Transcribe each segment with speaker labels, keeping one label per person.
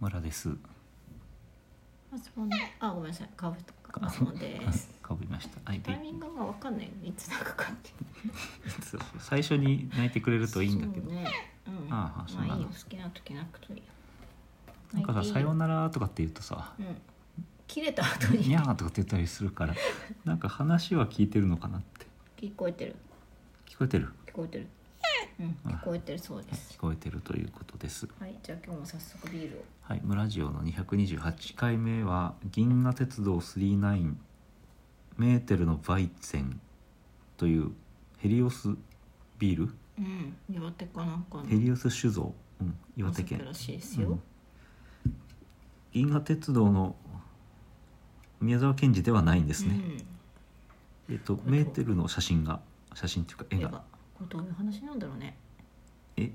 Speaker 1: 村です。
Speaker 2: マスボンあごめんなさいカブとかマスボンです。
Speaker 1: かぶりました。はい、で
Speaker 2: タイミングがわかんないよねいつ泣くかって。
Speaker 1: 最初に泣いてくれるといいんだけど、
Speaker 2: そうね。うん。
Speaker 1: ああそうなんだ
Speaker 2: まいいよ好きな時泣くといいよ。
Speaker 1: なんかさ「
Speaker 2: 泣い
Speaker 1: さ
Speaker 2: ていい
Speaker 1: よ
Speaker 2: よ
Speaker 1: うなら」とかって言うとさ
Speaker 2: うん。切れ
Speaker 1: 「
Speaker 2: た後
Speaker 1: に
Speaker 2: に
Speaker 1: ゃー」とかって言ったりする からなんか話は聞いてるのかなって
Speaker 2: 聞こえてる
Speaker 1: 聞こえてる、
Speaker 2: 聞こえてる。うん
Speaker 1: うん
Speaker 2: 聞こえてるそうで
Speaker 1: はい、
Speaker 2: す
Speaker 1: 聞。こえてるということです。
Speaker 2: はいじゃあ今日も早速ビールを。
Speaker 1: はい、村ジオの228回目は「銀河鉄道999メーテルのバイゼン」というヘリオスビール
Speaker 2: うん岩手かなんかの
Speaker 1: ヘリオス酒造、うん、岩手
Speaker 2: お酒
Speaker 1: 県
Speaker 2: らしいですよ。
Speaker 1: 銀河鉄道の宮沢賢治ではないんです
Speaker 2: う
Speaker 1: ね、
Speaker 2: ん
Speaker 1: えっと
Speaker 2: これ
Speaker 1: メーテルの写真が写真っていうか絵
Speaker 2: 映画
Speaker 1: が
Speaker 2: これどういう話なんだろうね。
Speaker 1: え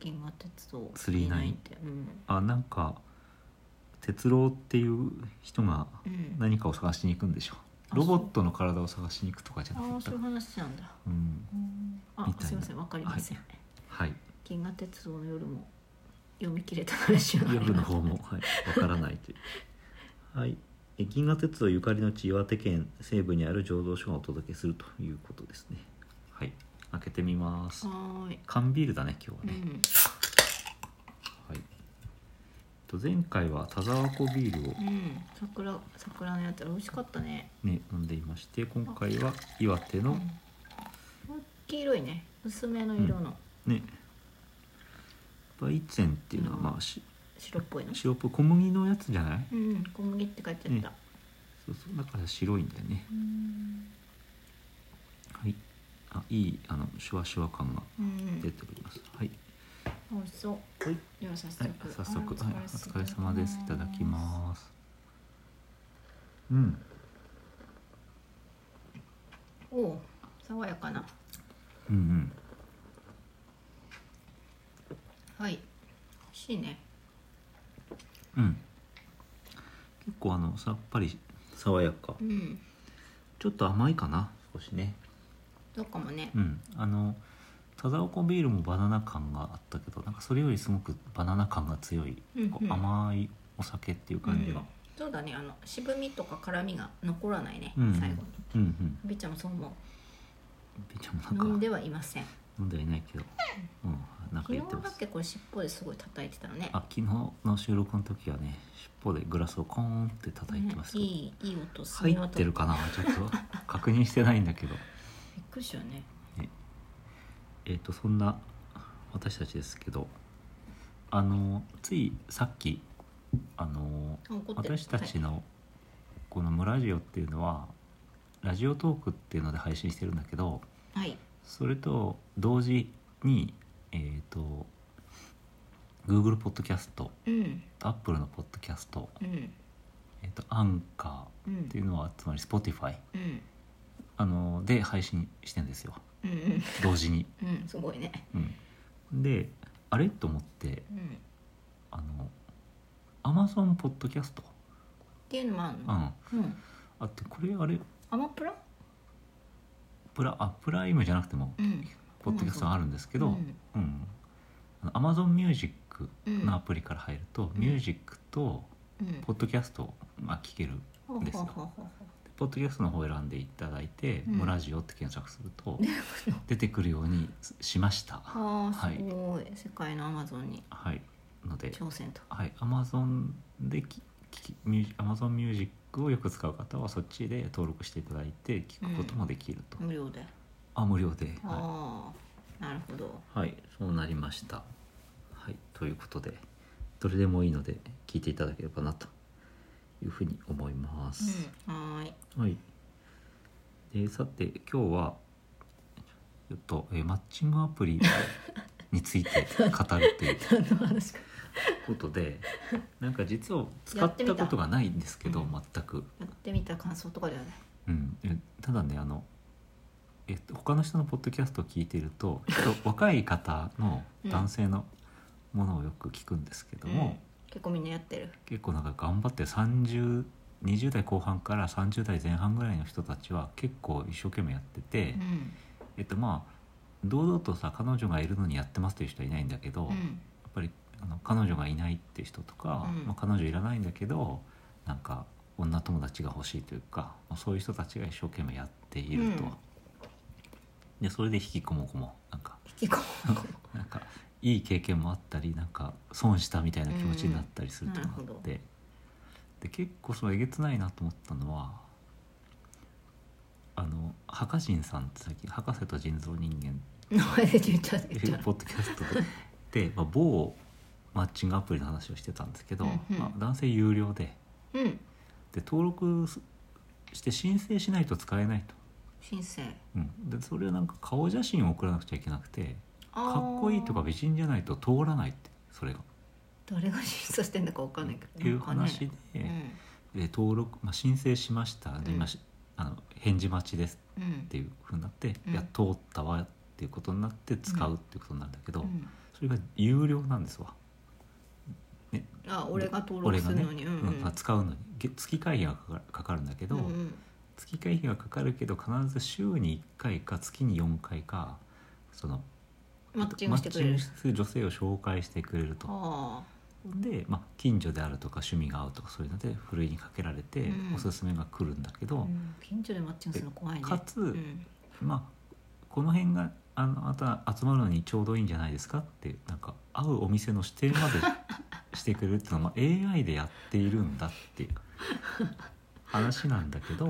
Speaker 2: 銀河鉄道
Speaker 1: 39
Speaker 2: って。うん
Speaker 1: あなんか鉄郎っていう人が
Speaker 2: うん。
Speaker 1: 何かを探しに行くんでしょ
Speaker 2: あ
Speaker 1: ロボットの体を探しに行くとかじゃな
Speaker 2: あ
Speaker 1: か
Speaker 2: あ
Speaker 1: った
Speaker 2: そういう話なんだ。
Speaker 1: うん
Speaker 2: あ
Speaker 1: みたいな
Speaker 2: すいませんわかりません。
Speaker 1: はい
Speaker 2: 銀河鉄道の夜も読み切れた話があります
Speaker 1: 夜の方も、はい、わからないと いう。はい、え銀河鉄道ゆかりの地岩手県西部にある醸造所がお届けするということですね。はい、開けてみます。
Speaker 2: はーい、
Speaker 1: 缶ビールだね、今
Speaker 2: う
Speaker 1: 日はね。
Speaker 2: ん
Speaker 1: はい。えっと前回は田沢湖ビールを
Speaker 2: うん、桜桜のやつ美味しかったね、
Speaker 1: ね飲んでいまして、今回は岩手
Speaker 2: う
Speaker 1: の
Speaker 2: ん、黄色いね薄めの色の
Speaker 1: ね。バイゼンっていうのはまあし
Speaker 2: 白っぽいの、
Speaker 1: 白っぽい小麦のやつじゃない？
Speaker 2: うん、小麦って書いてあった、
Speaker 1: ねそうそうだから白いんだよね。
Speaker 2: うん
Speaker 1: はい。あいいあのシュワシュワ感が
Speaker 2: うん
Speaker 1: 出ております。はい。
Speaker 2: 美味しそう
Speaker 1: はい。
Speaker 2: では早速、
Speaker 1: はい、早速、はい、お疲れ様です。いただき
Speaker 2: す
Speaker 1: ます。うん、
Speaker 2: おお爽やかな
Speaker 1: うん、うん、
Speaker 2: はい美味しいね
Speaker 1: うん。結構あのさっぱり爽やか
Speaker 2: う。ん
Speaker 1: ちょっと甘いかな、少しね。
Speaker 2: どうかもね
Speaker 1: うん、あの。タダオコビールもバナナ感があったけどなんかそれよりすごくバナナ感が強い、
Speaker 2: うん
Speaker 1: こ
Speaker 2: うん
Speaker 1: う甘いお酒っていう感じが、
Speaker 2: そうだねあの渋みとか辛みが残らないね、
Speaker 1: うん
Speaker 2: 最後に
Speaker 1: うん、うん
Speaker 2: べっちゃんもそう思
Speaker 1: べちゃんも
Speaker 2: う飲
Speaker 1: なんんか
Speaker 2: ではいません
Speaker 1: 飲んではいないけど、うん、なんか
Speaker 2: 昨
Speaker 1: 言って
Speaker 2: 日
Speaker 1: ま
Speaker 2: だ
Speaker 1: す
Speaker 2: けこれ尻尾ですごい叩いてたのね
Speaker 1: あ昨日の収録の時はね尻尾でグラスをコーンって叩いてますけ
Speaker 2: ね
Speaker 1: ど、
Speaker 2: いいいい音す
Speaker 1: 入ってるかなちょっ と確認してないんだけど、
Speaker 2: びっくりしたよね
Speaker 1: えー、とそんな私たちですけどあのついさっきあの
Speaker 2: あ怒ってる
Speaker 1: 私たち
Speaker 2: はい
Speaker 1: のこの「ムラジオ」っていうのはラジオトークっていうので配信してるんだけど
Speaker 2: はい
Speaker 1: それと同時にえっ、と Google ポッドキャスト
Speaker 2: うん
Speaker 1: アップルのポッドキャスト、
Speaker 2: うん
Speaker 1: えー、とアンカ
Speaker 2: うん
Speaker 1: ーっていうのはつまり Spotify
Speaker 2: うん
Speaker 1: あので配信してんですよ
Speaker 2: うんうん
Speaker 1: 同時に。
Speaker 2: うんすごいね
Speaker 1: うん、であれと思って
Speaker 2: うんっ
Speaker 1: あのアマゾンポッドキャスト、
Speaker 2: ていうのもある
Speaker 1: うん、
Speaker 2: の
Speaker 1: あ
Speaker 2: うん
Speaker 1: ってこれあれ
Speaker 2: アマプラ
Speaker 1: プラあプライムじゃなくても
Speaker 2: うん
Speaker 1: ポッドキャストがあるんですけど、
Speaker 2: う
Speaker 1: うん
Speaker 2: ん
Speaker 1: アマゾンミュージック
Speaker 2: うん
Speaker 1: のアプリから入ると、
Speaker 2: うん
Speaker 1: ミュージックと
Speaker 2: うん
Speaker 1: ポッドキャストが聞ける
Speaker 2: ほう
Speaker 1: です
Speaker 2: ほう
Speaker 1: よ
Speaker 2: ほうほう
Speaker 1: でポッドキャストの方を選んでいただいて「
Speaker 2: うん
Speaker 1: ムラジオ」って検索すると出てくるようにしました。
Speaker 2: あ
Speaker 1: は
Speaker 2: ー
Speaker 1: い
Speaker 2: すごい世界のアマゾンに
Speaker 1: はい、ので
Speaker 2: 挑戦と
Speaker 1: はい、Amazon でききミュージ Amazon ミュージックをよく使う方はそっちで登録していただいて聞くこともできると、
Speaker 2: 無料で
Speaker 1: あ無料では
Speaker 2: ああなるほど
Speaker 1: い、はい、そうなりましたはいということでどれでもいいので聞いていただければなというふうに思います、
Speaker 2: うんはーい
Speaker 1: はいでさて今日はちょっとえーマッチングアプリについ て語るという
Speaker 2: 何の話か
Speaker 1: ことでなんか実は使
Speaker 2: や
Speaker 1: っ
Speaker 2: ってみた
Speaker 1: たことがないんですけど
Speaker 2: うん
Speaker 1: 全く、
Speaker 2: やってみた感想とかではない
Speaker 1: うん、えただねあの、えっと、他の人のポッドキャストを聞いてるとちょっと若い方の
Speaker 2: うん
Speaker 1: 男性のものをよく聞くんですけども、
Speaker 2: うん結構みんなやってる
Speaker 1: 結構なんか頑張って3020代後半から30代前半ぐらいの人たちは結構一生懸命やってて、
Speaker 2: うん
Speaker 1: えっとまあ堂々とさ彼女がいるのにやってますという人はいないんだけど、
Speaker 2: う
Speaker 1: やっ
Speaker 2: ん
Speaker 1: ぱりあの彼女がいないって人とか、
Speaker 2: うん
Speaker 1: まあ、彼女いらないんだけどなんか女友達が欲しいというか、まあ、そういう人たちが一生懸命やっていると、
Speaker 2: うん
Speaker 1: でそれで引きこもこもなんか
Speaker 2: 引きこもこ
Speaker 1: なんかいい経験もあったりなんか損したみたいな気持ちになったりするとかあ
Speaker 2: うんな
Speaker 1: っ
Speaker 2: るほ
Speaker 1: て、で結構そのえげつないなと思ったのはあの博人さんって最近「博士と人造人間」
Speaker 2: 名前で言っちゃ
Speaker 1: っ
Speaker 2: う
Speaker 1: て
Speaker 2: 言っ
Speaker 1: い
Speaker 2: ち
Speaker 1: う
Speaker 2: ゃう
Speaker 1: ポッドキャストでで、まあ、某マッチングアプリの話をしてたんですけど、
Speaker 2: うんうん
Speaker 1: まあ、男性有料で
Speaker 2: うん
Speaker 1: で登録すして申請しないと使えないと。
Speaker 2: 申請
Speaker 1: うん、でそれはなんか顔写真を送らなくちゃいけなくて
Speaker 2: あー
Speaker 1: かっこいいとか美人じゃないと通らないってそれが
Speaker 2: 誰が審査してんだかわかんないけど
Speaker 1: っていう話で,、
Speaker 2: なんかね
Speaker 1: で登録、まあ、申請しましたで
Speaker 2: うん
Speaker 1: 今し、あの返事待ちです
Speaker 2: うんうん
Speaker 1: っていうふうになって、
Speaker 2: うん
Speaker 1: いや通ったわっていうことになって使うっていうことになるんだけど、
Speaker 2: うん
Speaker 1: それが有料なんですわ
Speaker 2: あ俺が登録するのに、うんうん
Speaker 1: うんまあ使うのにげ月会費がかかるかかるんだけど、
Speaker 2: うんうん
Speaker 1: 月会費がかかるけど必ず週に1回か月に4回かその
Speaker 2: マッチングしてくれる
Speaker 1: マッチングする女性を紹介してくれると。
Speaker 2: あ
Speaker 1: で、まあ、近所であるとか趣味が合うとかそういうのでふるいにかけられて
Speaker 2: うん
Speaker 1: おすすめが来るんだけ
Speaker 2: あ、
Speaker 1: ど
Speaker 2: う、ん、近所でマッチングするの怖いね
Speaker 1: かつ、
Speaker 2: うん
Speaker 1: まあ、この辺があのあなた集まるのにちょうどいいんじゃないですかってなんか合うお店の指定ま でしてくれるっていうのは、まあ、AI でやっているんだっていう話なんだけ ど、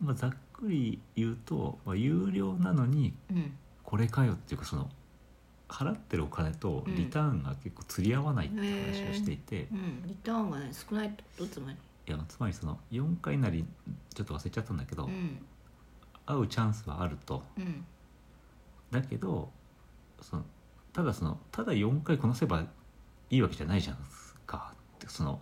Speaker 1: まあ、ざっくり言うと、まあ、有料なのに
Speaker 2: うん
Speaker 1: これかよっていうかその払ってるお金とリターンが結構釣り合わないって話をしていて。
Speaker 2: うん、リターンがね少ないってどつまり
Speaker 1: いやつまりその4回なりちょっと忘れちゃったんだけど、
Speaker 2: うん
Speaker 1: 会うチャンスはあると
Speaker 2: うん
Speaker 1: だけどそのただそのただ4回こなせばいいわけじゃないじゃんかってその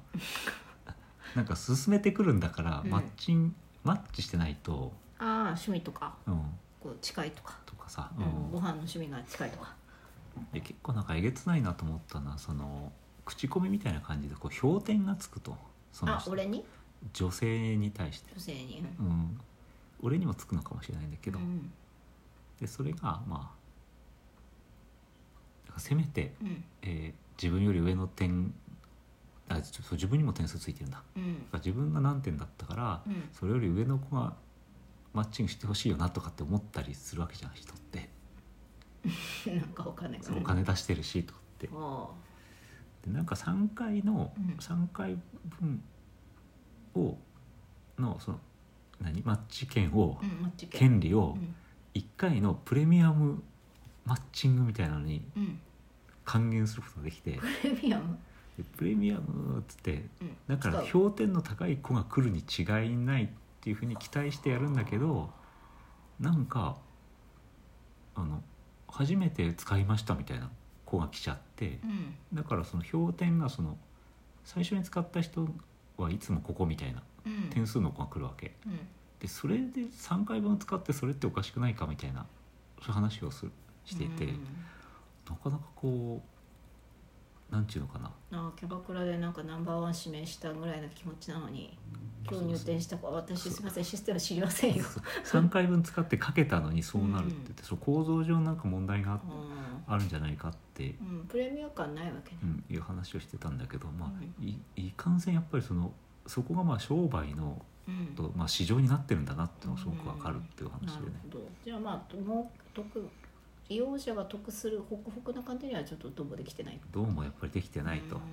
Speaker 1: なんか進めてくるんだから、
Speaker 2: うん
Speaker 1: マッチンマッチしてないと、
Speaker 2: ああ趣味とか
Speaker 1: うん、
Speaker 2: こう近いとか、
Speaker 1: とかさ、
Speaker 2: う
Speaker 1: うんん
Speaker 2: ご飯の趣味が近いとか
Speaker 1: で結構なんかえげつないなと思ったのはその口コミみたいな感じでこう評点がつくとその
Speaker 2: あ俺に
Speaker 1: 女性に対して、
Speaker 2: 女性に
Speaker 1: う、
Speaker 2: うん
Speaker 1: 俺にもつくのかもしれないんだけど、
Speaker 2: うん
Speaker 1: でそれがまあだからせめて、
Speaker 2: うん
Speaker 1: えー自分より上の点あちょそう自分にも点数ついてるんだだか
Speaker 2: うん
Speaker 1: ら自分が何点だったから、
Speaker 2: うん
Speaker 1: それより上の子がマッチングしてほしいよなとかって思ったりするわけじゃん人って、
Speaker 2: なん かお金
Speaker 1: そうお金出してるしとかって
Speaker 2: あ
Speaker 1: でなんか3回の、
Speaker 2: うん
Speaker 1: 3回分をのその何マッチ券を
Speaker 2: あ、うんマッチ券
Speaker 1: 権利を
Speaker 2: うん
Speaker 1: 1回のプレミアムマッチングみたいなのに
Speaker 2: うん
Speaker 1: 還元することができてで
Speaker 2: プレミアム、
Speaker 1: プレミアムっつって
Speaker 2: うん、
Speaker 1: だから
Speaker 2: 使う
Speaker 1: 評点の高い子が来るに違いないっていうふうに期待してやるんだけどなんかあの初めて使いましたみたいな子が来ちゃって
Speaker 2: うん
Speaker 1: だからその評点がその最初に使った人はいつもここみたいな
Speaker 2: うん
Speaker 1: 点数の子が来るわけ
Speaker 2: うん
Speaker 1: でそれで3回分使ってそれっておかしくないかみたいなそういう話をするしていて。
Speaker 2: うん
Speaker 1: なかなかこうなんていうのかな
Speaker 2: あキャバクラでなんかナンバーワン指名したぐらいの気持ちなのに今日入店した子は私すみませんシステム知りませんよ。
Speaker 1: 3回分使ってかけたのにそうなるって言って、その構造上なんか問題が
Speaker 2: う
Speaker 1: あるんじゃないかって、
Speaker 2: ん、うん、プレミア感ないわけね
Speaker 1: う。ん、いう話をしてたんだけど、ま
Speaker 2: う
Speaker 1: あ、いいかんせんやっぱりそのそこがまあ商売の、
Speaker 2: うん、
Speaker 1: とまあ、市場になってるんだなっていうのがすごくわかるっていう話
Speaker 2: な
Speaker 1: で
Speaker 2: る
Speaker 1: ね、
Speaker 2: ほど。じゃあまあもう得利用者が得するホクホクな感じにはちょっとどうもできてない。
Speaker 1: どうもやっぱりできてないと。
Speaker 2: う
Speaker 1: う
Speaker 2: ん
Speaker 1: ん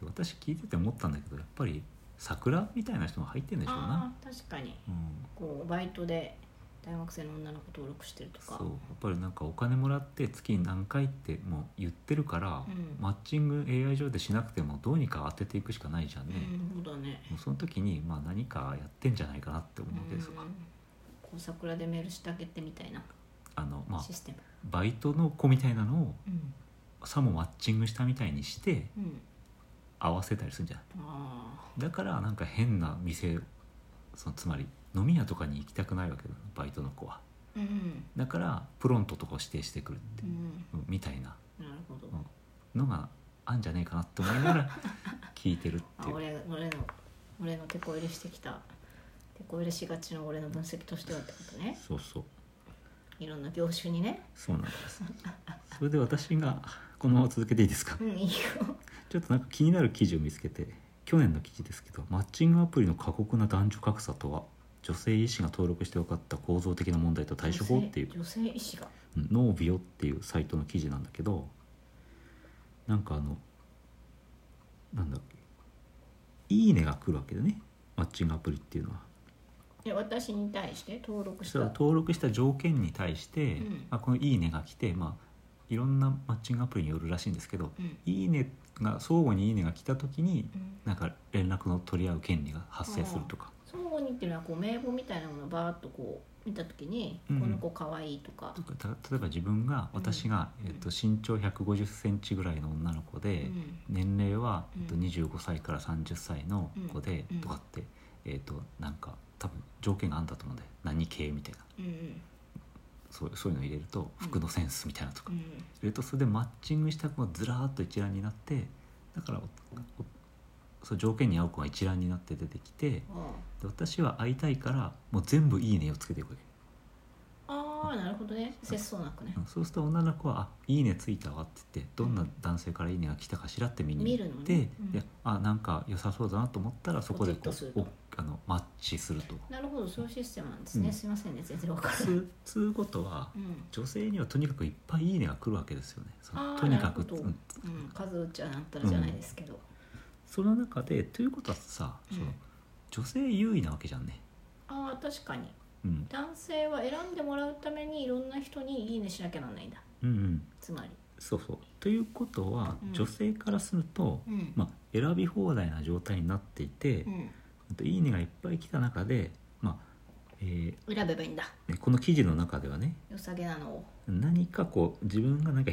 Speaker 1: で私聞いてて思ったんだけどやっぱり桜みたいな人が入ってんでしょう
Speaker 2: あ
Speaker 1: な。
Speaker 2: あ確かに
Speaker 1: うん
Speaker 2: こうバイトで大学生の女の子登録してると
Speaker 1: そう
Speaker 2: か。
Speaker 1: やっぱりなんかお金もらって月に何回ってもう言ってるから、
Speaker 2: うん
Speaker 1: マッチング AI 上でしなくてもどうにか当てていくしかないじゃんね、
Speaker 2: うん、そうだね。
Speaker 1: もうその時にまあ何かやってんじゃないかなって思うわけですわ、
Speaker 2: うんこう桜でメールしてあげてみたいな
Speaker 1: あのまあ
Speaker 2: システム。
Speaker 1: バイトの子みたいなの
Speaker 2: うん
Speaker 1: をさもマッチングしたみたいにして
Speaker 2: うん
Speaker 1: 合わせたりするんじゃない
Speaker 2: あ
Speaker 1: だからなんか変な店そのつまり飲み屋とかに行きたくないわけだバイトの子は
Speaker 2: あうん
Speaker 1: だからプロントとかを指定してくるって
Speaker 2: う
Speaker 1: いうんうんみたいな
Speaker 2: なるほど、
Speaker 1: のがあんじゃねえかなって思いなが ら聞いてるって
Speaker 2: あ
Speaker 1: いう。
Speaker 2: 俺俺の俺の手こ入れしてきた手こ入れしがちの俺の分析としてはってことね
Speaker 1: そうそう
Speaker 2: いろんな業種にね
Speaker 1: そうなんです。それで私がこのまま続けていいですか
Speaker 2: うんいいよ
Speaker 1: ちょっとなんか気になる記事を見つけて去年の記事ですけどマッチングアプリの過酷な男女格差とは女性医師が登録して分かった構造的な問題と対処法っていう
Speaker 2: 女性女性医師が
Speaker 1: うんノービオっていうサイトの記事なんだけどなんかあのなんだっけいいねが来るわけでねマッチングアプリっていうのは
Speaker 2: え私に対して登録
Speaker 1: そし
Speaker 2: した
Speaker 1: たら登録した条件に対して、
Speaker 2: うん
Speaker 1: まあ、この「いいね」が来て、まあ、いろんなマッチングアプリによるらしいんですけど
Speaker 2: うん
Speaker 1: 「いいね」が相互に「いいね」が来た時に
Speaker 2: うん
Speaker 1: なんか連絡の取り合う権利が発生するとか
Speaker 2: 相互にっていうのはこう名簿みたいなものをバーッとこう見た時に、
Speaker 1: うん
Speaker 2: この子かわいいとか
Speaker 1: と、かた例えば自分が
Speaker 2: うん
Speaker 1: 私が、
Speaker 2: うん
Speaker 1: えっと、身長1 5 0ンチぐらいの女の子
Speaker 2: う
Speaker 1: で、
Speaker 2: ん
Speaker 1: 年齢は、
Speaker 2: うん
Speaker 1: えっと、25歳から30歳の子で、
Speaker 2: うん
Speaker 1: とかって、えっと、なんか多分条件があんだと思うんで何系みたいな
Speaker 2: うんうん
Speaker 1: そうそういうの入れると
Speaker 2: うん
Speaker 1: 服のセンスみたいなとか、
Speaker 2: う
Speaker 1: 入
Speaker 2: ん
Speaker 1: れるとそれでマッチングした子がずらーっと一覧になってだからおおそう条件に合う子が一覧になって出てきてで
Speaker 2: あ
Speaker 1: 私は会いたいからもう全部「いいね」をつけていくわけ
Speaker 2: ああーなるほどね節操なくね
Speaker 1: うんそうすると女の子は「あいいねついたわ」って言ってどんな男性から「いいね」が来たかしらって見に行って、
Speaker 2: 見るのねうん
Speaker 1: であなんか良さそうだなと思ったらそこでこ
Speaker 2: ポチッとする
Speaker 1: う
Speaker 2: と
Speaker 1: おあのマッチすると。
Speaker 2: なるほどそういうシステムなんですね、
Speaker 1: うん
Speaker 2: すいませんね全然わからない、
Speaker 1: つつうことは
Speaker 2: うん
Speaker 1: 女性にはとにかくいっぱい「いいね」が来るわけですよね。そ
Speaker 2: あ
Speaker 1: の
Speaker 2: ー
Speaker 1: とにかく
Speaker 2: なるほど
Speaker 1: うん
Speaker 2: うん、数打っちゃなんたらじゃないですけど、
Speaker 1: その中でということはさ、
Speaker 2: うん
Speaker 1: その女性優位なわけじゃんね。
Speaker 2: ああ確かに
Speaker 1: うん、
Speaker 2: 男性は選んでもらうためにいろんな人に「いいね」しなきゃなんないんだ
Speaker 1: うんうん
Speaker 2: つまり、
Speaker 1: そうそう。ということは、
Speaker 2: うん
Speaker 1: 女性からすると、
Speaker 2: うん
Speaker 1: まあ、選び放題な状態になっていて。
Speaker 2: うん、
Speaker 1: あと「いいね」がいっぱい来た中で、まあえ
Speaker 2: 選べばいいんだ
Speaker 1: ーねこの記事の中ではね
Speaker 2: 良さげなのを
Speaker 1: 何かこう自分がなんか